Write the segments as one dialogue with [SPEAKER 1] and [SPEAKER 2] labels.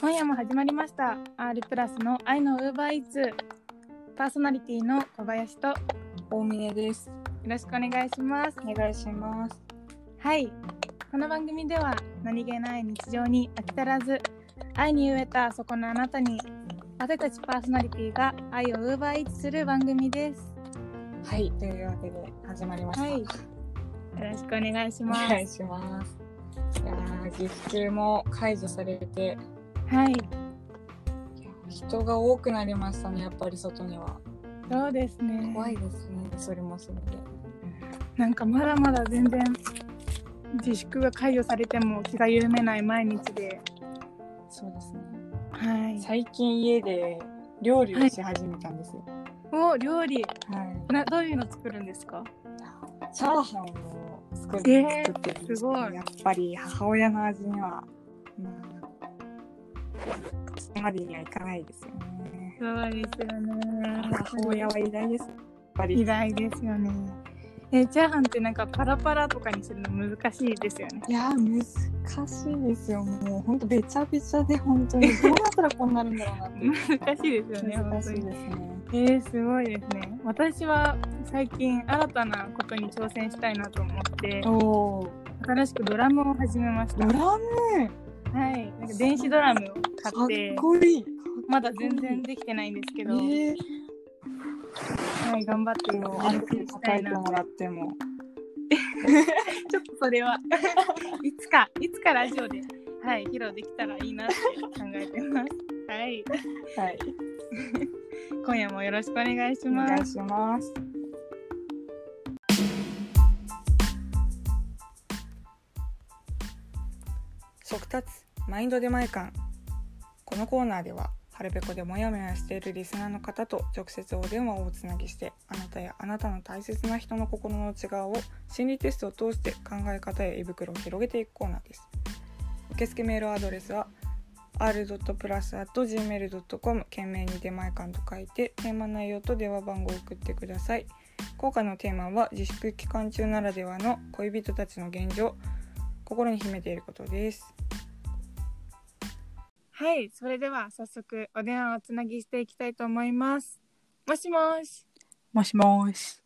[SPEAKER 1] 今夜も始まりました R プラスの愛のウーバーイーツパーソナリティの小林とよ
[SPEAKER 2] 大峰です。
[SPEAKER 1] ろしくお願いします
[SPEAKER 2] お願いします。
[SPEAKER 1] はいこの番組では何気ない日常に飽き足らず愛に飢えたそこのあなたに私たちパーソナリティが愛をウーバーイーツする番組です
[SPEAKER 2] はい、というわけで始まりました。
[SPEAKER 1] はいよろしくお願いし
[SPEAKER 2] お
[SPEAKER 1] ます
[SPEAKER 2] 願いします。いやー、ギフ中も解除されて、
[SPEAKER 1] はい
[SPEAKER 2] 人が多くなりましたね。やっぱり外には。
[SPEAKER 1] そうですね
[SPEAKER 2] 怖いですね。それもそれで。
[SPEAKER 1] なんかまだまだ全然自粛が解除されても気が緩めない毎日で、
[SPEAKER 2] そうですね。
[SPEAKER 1] はい、
[SPEAKER 2] 最近家で料理をし始めたんですよ。
[SPEAKER 1] お料理
[SPEAKER 2] はい。
[SPEAKER 1] などういうの作るんですか
[SPEAKER 2] チャーハンを作
[SPEAKER 1] えー
[SPEAKER 2] る、作ってるんですけど
[SPEAKER 1] すごい
[SPEAKER 2] やっぱり母親の味には、まあ、そこまでにはいかないですよね。
[SPEAKER 1] そうですよね
[SPEAKER 2] 母親は偉大です。やっぱ
[SPEAKER 1] 偉
[SPEAKER 2] り。
[SPEAKER 1] 大ですよねえチャーハンってなんかパラパラとかにするの難しいですよね
[SPEAKER 2] いやー難しいですよ。もう本当べちゃべちゃで本当に どうやったらこうなるんだろうなっていう。
[SPEAKER 1] 難しいですよね
[SPEAKER 2] 難
[SPEAKER 1] 本
[SPEAKER 2] し
[SPEAKER 1] 当
[SPEAKER 2] い
[SPEAKER 1] に
[SPEAKER 2] です ね。
[SPEAKER 1] えー、すごいですね私は最近新たなことに挑戦したいなと思って
[SPEAKER 2] おお。
[SPEAKER 1] 新しくドラムを始めました
[SPEAKER 2] ド
[SPEAKER 1] は
[SPEAKER 2] ラム
[SPEAKER 1] いなんか電子ドラムを
[SPEAKER 2] か
[SPEAKER 1] 買
[SPEAKER 2] っ
[SPEAKER 1] って
[SPEAKER 2] こいい。
[SPEAKER 1] まだ全然できてないんですけ
[SPEAKER 2] え
[SPEAKER 1] ど、
[SPEAKER 2] ー、
[SPEAKER 1] はい、頑張って
[SPEAKER 2] もうある程度
[SPEAKER 1] した
[SPEAKER 2] 叩
[SPEAKER 1] い
[SPEAKER 2] い
[SPEAKER 1] な。
[SPEAKER 2] て
[SPEAKER 1] ちょ
[SPEAKER 2] もらっても。
[SPEAKER 1] っとそれは いつかいつかラジオで、はい、披露できたらいいなって考えてます。はい、
[SPEAKER 2] はい。
[SPEAKER 1] 今夜もよろしくお願いし
[SPEAKER 2] お
[SPEAKER 1] ま
[SPEAKER 2] 願い
[SPEAKER 1] す。
[SPEAKER 2] します。速達マインド出前館このコーナーではハルペコでモヤモヤしているリスナーの方と直接お電話をおつなぎしてあなたやあなたの大切な人の心の内側を心理テストを通して考え方や胃袋を広げていくコーナーです受付メールアドレスは r.plus.gmail.com 件名に出前館と書いてテーマ内容と電話番号を送ってください今回のテーマは自粛期間中ならではの恋人たちの現状心に秘めていることです
[SPEAKER 1] はい、それでは早速お電話をつなぎしていきたいと思います。もしもし、
[SPEAKER 3] もしもーし。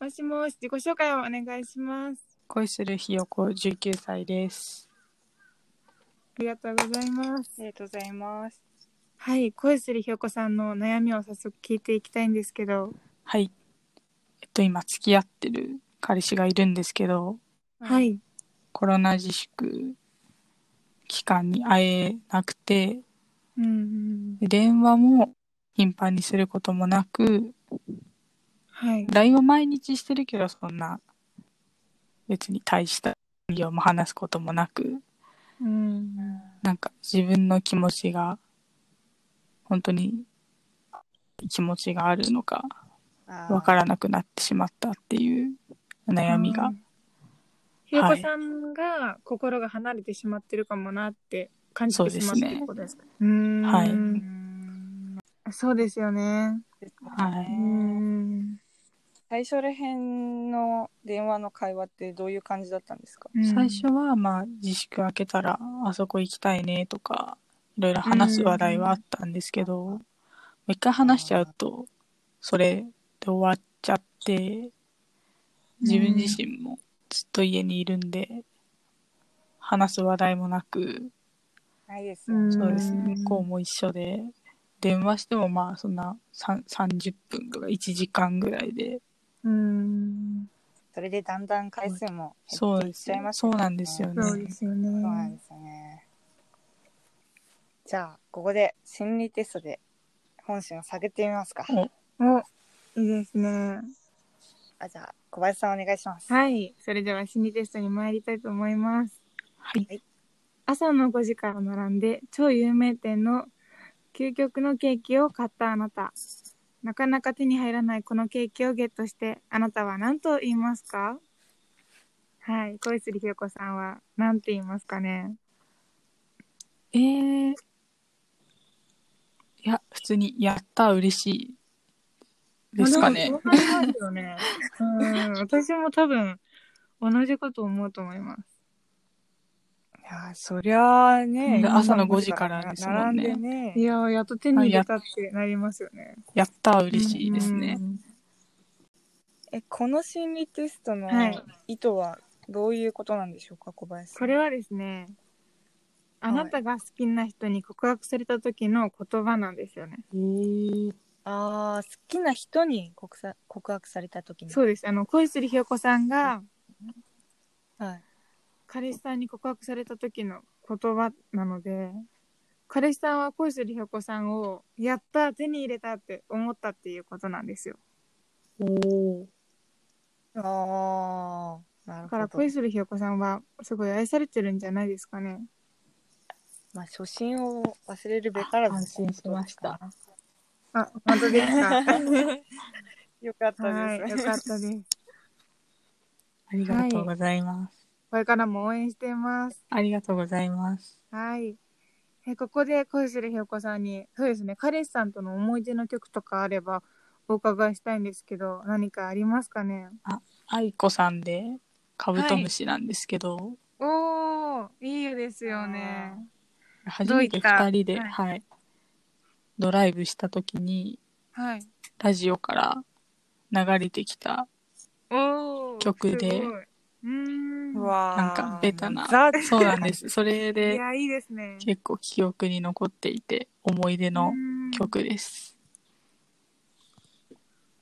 [SPEAKER 1] もしもし、自己紹介をお願いします。
[SPEAKER 3] 恋するひよこ19歳です。
[SPEAKER 1] ありがとうございます。
[SPEAKER 2] ありがとうございます
[SPEAKER 1] はい、恋するひよこさんの悩みを早速聞いていきたいんですけど、
[SPEAKER 3] はい。えっと、今、付き合ってる彼氏がいるんですけど、
[SPEAKER 1] はい、
[SPEAKER 3] コロナ自粛期間に会えなくて、
[SPEAKER 1] うんうん、
[SPEAKER 3] で電話も頻繁にすることもなく、
[SPEAKER 1] はい、
[SPEAKER 3] LINE を毎日してるけど、そんな、別に大した内容も話すこともなく、
[SPEAKER 1] うん、
[SPEAKER 3] なんか自分の気持ちが、本当に気持ちがあるのか、わからなくなってしまったっていう悩み
[SPEAKER 1] う
[SPEAKER 3] が
[SPEAKER 1] ん。ひよこさんが心が離れてしまってるかもなって感じてしまったってことですか。うーん
[SPEAKER 3] は
[SPEAKER 1] そうですよね。
[SPEAKER 3] は
[SPEAKER 1] うー
[SPEAKER 3] い。
[SPEAKER 1] ん。
[SPEAKER 2] 最初らへんの電話の会話ってどういう感じだったんですか
[SPEAKER 1] うん
[SPEAKER 3] 最初はまあ自粛明けたらあそこ行きたいねとかいろいろ話す話題はあったんですけど、もう一回話しちゃうとそれで終わっちゃって自分自身もずっと家にいるんで話す話題もなく
[SPEAKER 2] ないです
[SPEAKER 1] うん
[SPEAKER 3] そうですね。向こうも一緒で、電話してもまあそんなさん30分とか1時間ぐらいで、
[SPEAKER 1] うん。
[SPEAKER 2] それでだんだん回数も
[SPEAKER 3] そうですよ。そうなんですよ
[SPEAKER 1] そうで
[SPEAKER 3] ね。
[SPEAKER 1] すよ
[SPEAKER 2] そうなん
[SPEAKER 1] ね。
[SPEAKER 2] ですよね。じゃあ、ここで心理テストで本心を探ってみますか。
[SPEAKER 1] お、いいですね。
[SPEAKER 2] あじゃあ、小林さんお願いします。
[SPEAKER 1] はい。それでは心理テストに参りたいと思います。
[SPEAKER 3] はい。
[SPEAKER 1] 朝の5時から並んで超有名店の究極のケーキを買ったあなたなかなか手に入らないこのケーキをゲットしてあなたは何と言いますかはい恋するひよこさんは何て言いますかね
[SPEAKER 3] えー、いや、普通にやった嬉しいですかね
[SPEAKER 1] あ。でもそうなりますよねうん私も多分同じこと思うと思います。
[SPEAKER 2] いやー、そりゃあね、
[SPEAKER 1] うん朝
[SPEAKER 3] の5時からですもんね
[SPEAKER 2] 並んでね
[SPEAKER 1] い。やー、やっと手に入れたってなりますよね。
[SPEAKER 3] やったー嬉しいですね
[SPEAKER 1] う。ん。
[SPEAKER 2] え、この心理テストの
[SPEAKER 1] はい
[SPEAKER 2] 意図はどういうことなんでしょうか、小林さん。
[SPEAKER 1] これはですね、あなたが好きな人に告白された時の言葉なんですよね。
[SPEAKER 3] えー、
[SPEAKER 2] ああ、好きな人に告さ告白された時に。
[SPEAKER 1] そうです。あの、恋するひよこさんが
[SPEAKER 2] はい。
[SPEAKER 1] 彼氏さんに告白された時の言葉なので、彼氏さんは恋するひよこさんを、やった手に入れたって思ったっていうことなんですよ。
[SPEAKER 3] おお。
[SPEAKER 2] ああ、な
[SPEAKER 1] だ
[SPEAKER 2] るほ
[SPEAKER 1] から
[SPEAKER 2] ど
[SPEAKER 1] 恋。するひよこさんは、すごい愛されてるんじゃないですかね。
[SPEAKER 2] まあ、初心を忘れるべからず。
[SPEAKER 3] 安心しました。
[SPEAKER 1] あ、本当です か。
[SPEAKER 2] よかった
[SPEAKER 1] はい、
[SPEAKER 2] です。
[SPEAKER 1] よかったです。
[SPEAKER 3] ありがとうございます。
[SPEAKER 1] これからも応援してます。
[SPEAKER 3] ありがとうございます。
[SPEAKER 1] はい。えここで恋するひよこさんに、そうですね、彼氏さんとの思い出の曲とかあればお伺いしたいんですけど、何かありますかね
[SPEAKER 3] 愛子さんでカブトムシなんですけど、
[SPEAKER 1] おー、いいですよね。
[SPEAKER 3] 初めて二人で、
[SPEAKER 1] どういった
[SPEAKER 3] はい、ドライブした時に
[SPEAKER 1] はい。
[SPEAKER 3] ラジオから流れてきた
[SPEAKER 1] おー、
[SPEAKER 3] 曲です
[SPEAKER 1] ごいうーん。
[SPEAKER 2] うわー
[SPEAKER 3] なんかベタな
[SPEAKER 2] ザ
[SPEAKER 3] そうなんで。 す。それ
[SPEAKER 1] い
[SPEAKER 3] で
[SPEAKER 1] や、いいですね。
[SPEAKER 3] 結構記憶に残っていて思い出の
[SPEAKER 1] うん
[SPEAKER 3] 曲です。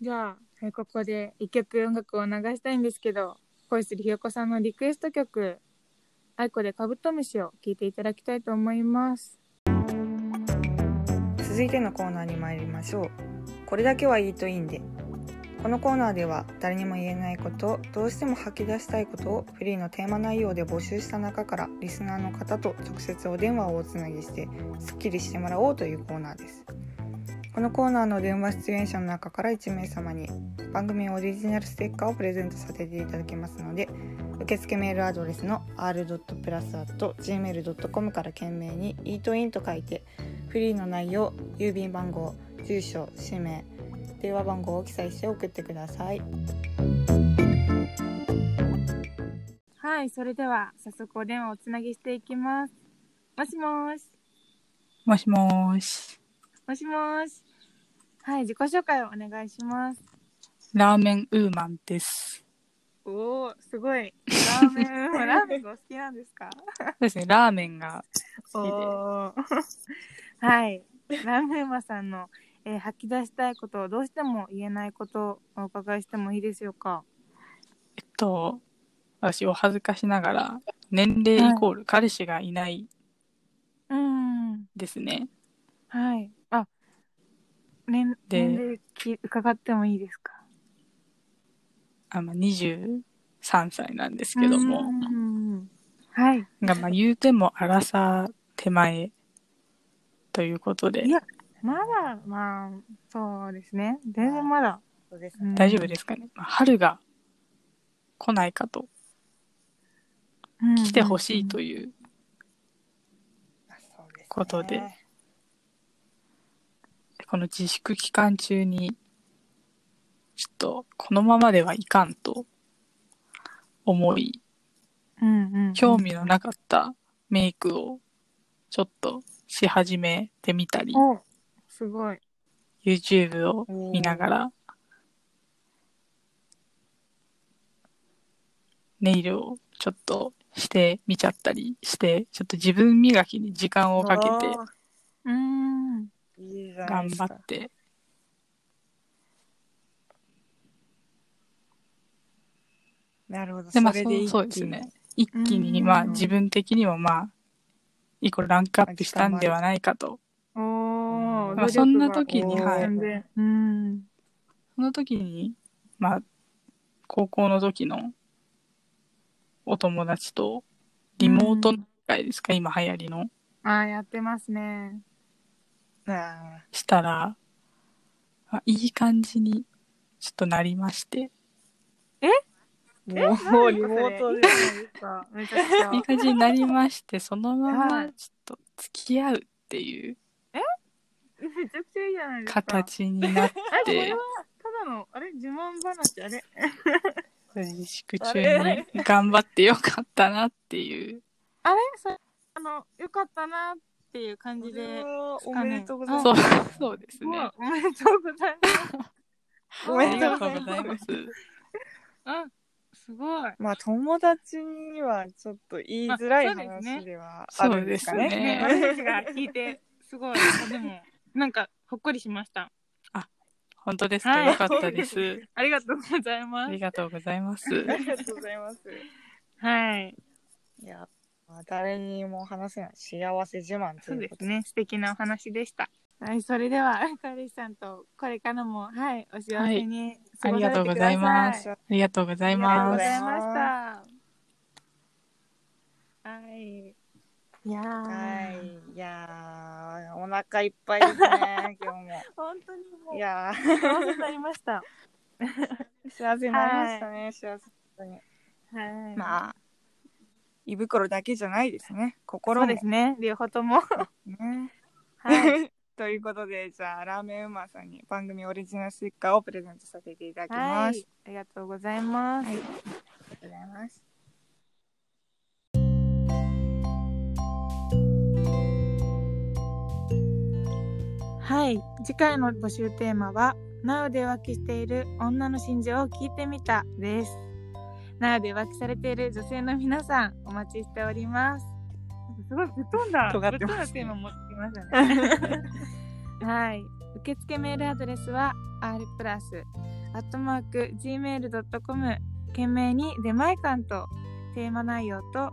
[SPEAKER 1] じゃあ、えここで一曲音楽を流したいんですけど、恋するひよこさんのリクエスト曲、愛子でカブトムシを聴いていただきたいと思います。
[SPEAKER 2] 続いてのコーナーに参りましょうこれだけは言いといいんでこのコーナーでは誰にも言えないことどうしても吐き出したいことをフリーのテーマ内容で募集した中からリスナーの方と直接お電話をおつなぎしてすっきりしてもらおうというコーナーですこのコーナーの電話出演者の中から1名様に番組オリジナルステッカーをプレゼントさせていただきますので受付メールアドレスの r.plus.gmail.com から懸命に「イートイン」と書いてフリーの内容郵便番号住所氏名電話番号を記載して送ってください
[SPEAKER 1] はい、それでは早速お電話をつなぎしていきます。もしもーし、
[SPEAKER 3] もしもーし。
[SPEAKER 1] もしもーし。はい、自己紹介をお願いします。
[SPEAKER 3] ラーメンウーマンです。
[SPEAKER 1] おー、すごい。ラーメ ン、ラーメンがお好きなんですか
[SPEAKER 3] そうですね、ラーメンが好きで。
[SPEAKER 1] おーはい。ラーメンマさんの、えー吐き出したいことをどうしても言えないことをお伺いしてもいいでしょうか。
[SPEAKER 3] えっと、私お恥ずかしながら、年齢イコール彼氏がいない
[SPEAKER 1] うん。
[SPEAKER 3] ですね。
[SPEAKER 1] はい。あ、年、
[SPEAKER 3] で
[SPEAKER 1] 年齢き伺ってもいいですか
[SPEAKER 3] あまあ、23歳なんですけども。
[SPEAKER 1] うんはい。
[SPEAKER 3] が、まあ、言うても荒さ手前ということで
[SPEAKER 1] いや、まだ、まあ、そうですね。全然まだ。
[SPEAKER 2] そうです
[SPEAKER 1] うん
[SPEAKER 3] 大丈夫ですかね、まあ春が来ないかと来てほしいと
[SPEAKER 1] い
[SPEAKER 3] いう
[SPEAKER 2] そうですね
[SPEAKER 3] ことでこの自粛期間中にちょっとこのままではいかんと思い
[SPEAKER 1] うん。うんうんうん
[SPEAKER 3] 興味のなかったメイクをちょっとし始めてみたり
[SPEAKER 1] お、すごい。
[SPEAKER 3] YouTube を見ながらネイルをちょっとしてみちゃったりしてちょっと自分磨きに時間をかけて
[SPEAKER 1] うん。
[SPEAKER 2] いいじゃない
[SPEAKER 3] 頑
[SPEAKER 2] です
[SPEAKER 3] 張
[SPEAKER 2] か
[SPEAKER 3] って
[SPEAKER 2] なるほど
[SPEAKER 3] でまあ
[SPEAKER 2] それで
[SPEAKER 3] そ
[SPEAKER 2] 一
[SPEAKER 3] うそうで
[SPEAKER 2] 気
[SPEAKER 3] す
[SPEAKER 2] に
[SPEAKER 3] ね一気に
[SPEAKER 1] うん
[SPEAKER 3] まあ自分的にもまあ一個ランクアップしたんではないかと
[SPEAKER 1] おー、
[SPEAKER 3] ま
[SPEAKER 1] 努力
[SPEAKER 3] あ
[SPEAKER 1] が
[SPEAKER 3] そんな時に
[SPEAKER 1] おー
[SPEAKER 3] はい
[SPEAKER 1] 全然。うん。
[SPEAKER 3] その時にまあ高校の時のお友達とリモート飲み会ですか、今流行りの
[SPEAKER 1] あーやってますね。
[SPEAKER 2] あ
[SPEAKER 3] したら、あいい感じにちょっとなりまして、
[SPEAKER 2] ーもうリモートで
[SPEAKER 1] めちゃくちゃ
[SPEAKER 3] いい感じになりまして、そのま
[SPEAKER 1] は
[SPEAKER 3] ま
[SPEAKER 1] い
[SPEAKER 3] ちょっと付き合うっていう
[SPEAKER 1] めちゃくちゃいいじゃないですか。
[SPEAKER 3] 形になっ
[SPEAKER 1] あれ、こ
[SPEAKER 3] て
[SPEAKER 1] れは、ただの、あれ自慢話、あれ
[SPEAKER 3] それ自粛中に頑張ってよかったなっていう。
[SPEAKER 1] あれそれあの、よかったなっていう感じで。
[SPEAKER 2] おめでとうござい
[SPEAKER 3] そう
[SPEAKER 2] ます。、
[SPEAKER 3] そうです
[SPEAKER 1] うわ
[SPEAKER 3] ね。
[SPEAKER 1] おめでとうございます。
[SPEAKER 2] お
[SPEAKER 3] あ
[SPEAKER 2] めで
[SPEAKER 3] り
[SPEAKER 2] と
[SPEAKER 3] が
[SPEAKER 2] うご
[SPEAKER 3] と
[SPEAKER 2] ざ
[SPEAKER 3] う
[SPEAKER 2] い
[SPEAKER 3] ご
[SPEAKER 2] ます
[SPEAKER 3] ざいます。
[SPEAKER 1] あ、すごい。
[SPEAKER 2] まあ友達にはちょっと言いづらい話ではあるんですか
[SPEAKER 3] そうで
[SPEAKER 1] ね
[SPEAKER 2] ね。
[SPEAKER 3] すね、
[SPEAKER 1] 私が聞い て、すごい。あでも、なんか、ほっこりしました。
[SPEAKER 3] 本当です
[SPEAKER 1] は
[SPEAKER 3] か。
[SPEAKER 1] い
[SPEAKER 3] よかったです。
[SPEAKER 1] ありがとうござい
[SPEAKER 3] あ
[SPEAKER 1] ます。
[SPEAKER 3] りがとうござい ます。
[SPEAKER 2] ありがとうございます。
[SPEAKER 1] はい。
[SPEAKER 2] いや、まあ、誰にも話せない幸せ自慢と
[SPEAKER 1] そう
[SPEAKER 2] いう
[SPEAKER 1] で
[SPEAKER 2] こと
[SPEAKER 1] すね。素敵なお話でした。はい、それでは、彼氏さんとこれからも、はい、お幸せに過
[SPEAKER 3] あ
[SPEAKER 1] ご
[SPEAKER 3] り
[SPEAKER 1] さ
[SPEAKER 3] が
[SPEAKER 1] れ
[SPEAKER 3] とう
[SPEAKER 1] て
[SPEAKER 3] ご
[SPEAKER 1] くださ
[SPEAKER 3] ざ
[SPEAKER 1] い。
[SPEAKER 3] います。ありがとうござい
[SPEAKER 1] ありがとうご
[SPEAKER 3] ます。
[SPEAKER 1] ざいま
[SPEAKER 2] ありがとうござい
[SPEAKER 1] した。はい。いやー、
[SPEAKER 2] はい。いやー、お腹いっぱいです ね、今日
[SPEAKER 1] 本当にも
[SPEAKER 2] も。
[SPEAKER 1] う
[SPEAKER 2] い、やー、
[SPEAKER 1] 幸せになりました。は
[SPEAKER 2] 幸せになりましたね、幸せに。
[SPEAKER 1] い。あ、
[SPEAKER 2] まあ、胃袋だけじゃないですね。心
[SPEAKER 1] そ
[SPEAKER 2] も
[SPEAKER 1] うですね。両方と も。
[SPEAKER 2] ね。
[SPEAKER 1] はい。
[SPEAKER 2] ということで、じゃあ、ラーメンウーマンさんに番組オリジナルスイカーをプレゼントさせていただき
[SPEAKER 1] は
[SPEAKER 2] ます。
[SPEAKER 1] い。ありがとうございます。
[SPEAKER 2] ありがとうございます。
[SPEAKER 1] はい、次回の募集テーマは「なおで浮気している女の心情を聞いてみた」です。なおで浮気されている女性の皆さんお待ちしております。すごいぶっ飛んだ
[SPEAKER 2] 尖ってますね
[SPEAKER 1] ぶっ飛んだテーマ持ってきましたね。 はい、受付メールアドレスは r プラスアットマーク gmail ドットコム件名に出前館とテーマ内容と、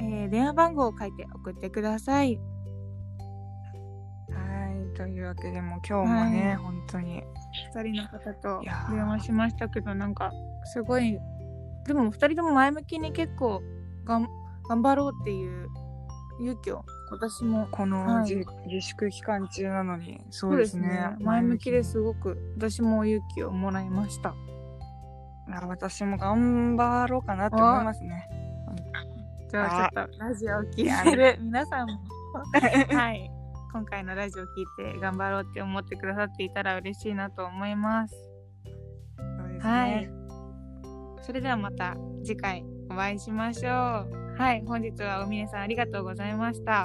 [SPEAKER 1] えー電話番号を書いて送ってください。
[SPEAKER 2] はい、というわけでもう今日もね、
[SPEAKER 1] はい
[SPEAKER 2] 本当に。
[SPEAKER 1] 二人の方と
[SPEAKER 2] いやー
[SPEAKER 1] 電話しましたけどなんかすごいでも二人とも前向きに結構がん頑張ろうっていう勇気を私も
[SPEAKER 2] このじ、自粛期間中なのに、そうですね。。
[SPEAKER 1] 前向きですすごく私も勇気をもらいました
[SPEAKER 2] あ私も頑張ろうかなって思いますね。
[SPEAKER 1] じゃあちょっとラジオを聞いてる 皆さん もはい今回のラジオを聞いて頑張ろうって思ってくださっていたら嬉しいなと思います
[SPEAKER 2] そうですね
[SPEAKER 1] はい。それではまた次回お会いしましょう。はい、本日はおみねさんありがとうございました。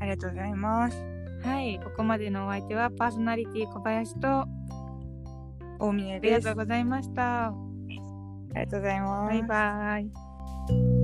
[SPEAKER 2] ありがとうございます。
[SPEAKER 1] はい、ここまでのお相手はパーソナリティ小林とあ
[SPEAKER 2] 大峰
[SPEAKER 1] り
[SPEAKER 2] で
[SPEAKER 1] が
[SPEAKER 2] す。
[SPEAKER 1] とう
[SPEAKER 2] あ
[SPEAKER 1] ございました。
[SPEAKER 2] りがとうございます。
[SPEAKER 1] バイバイ。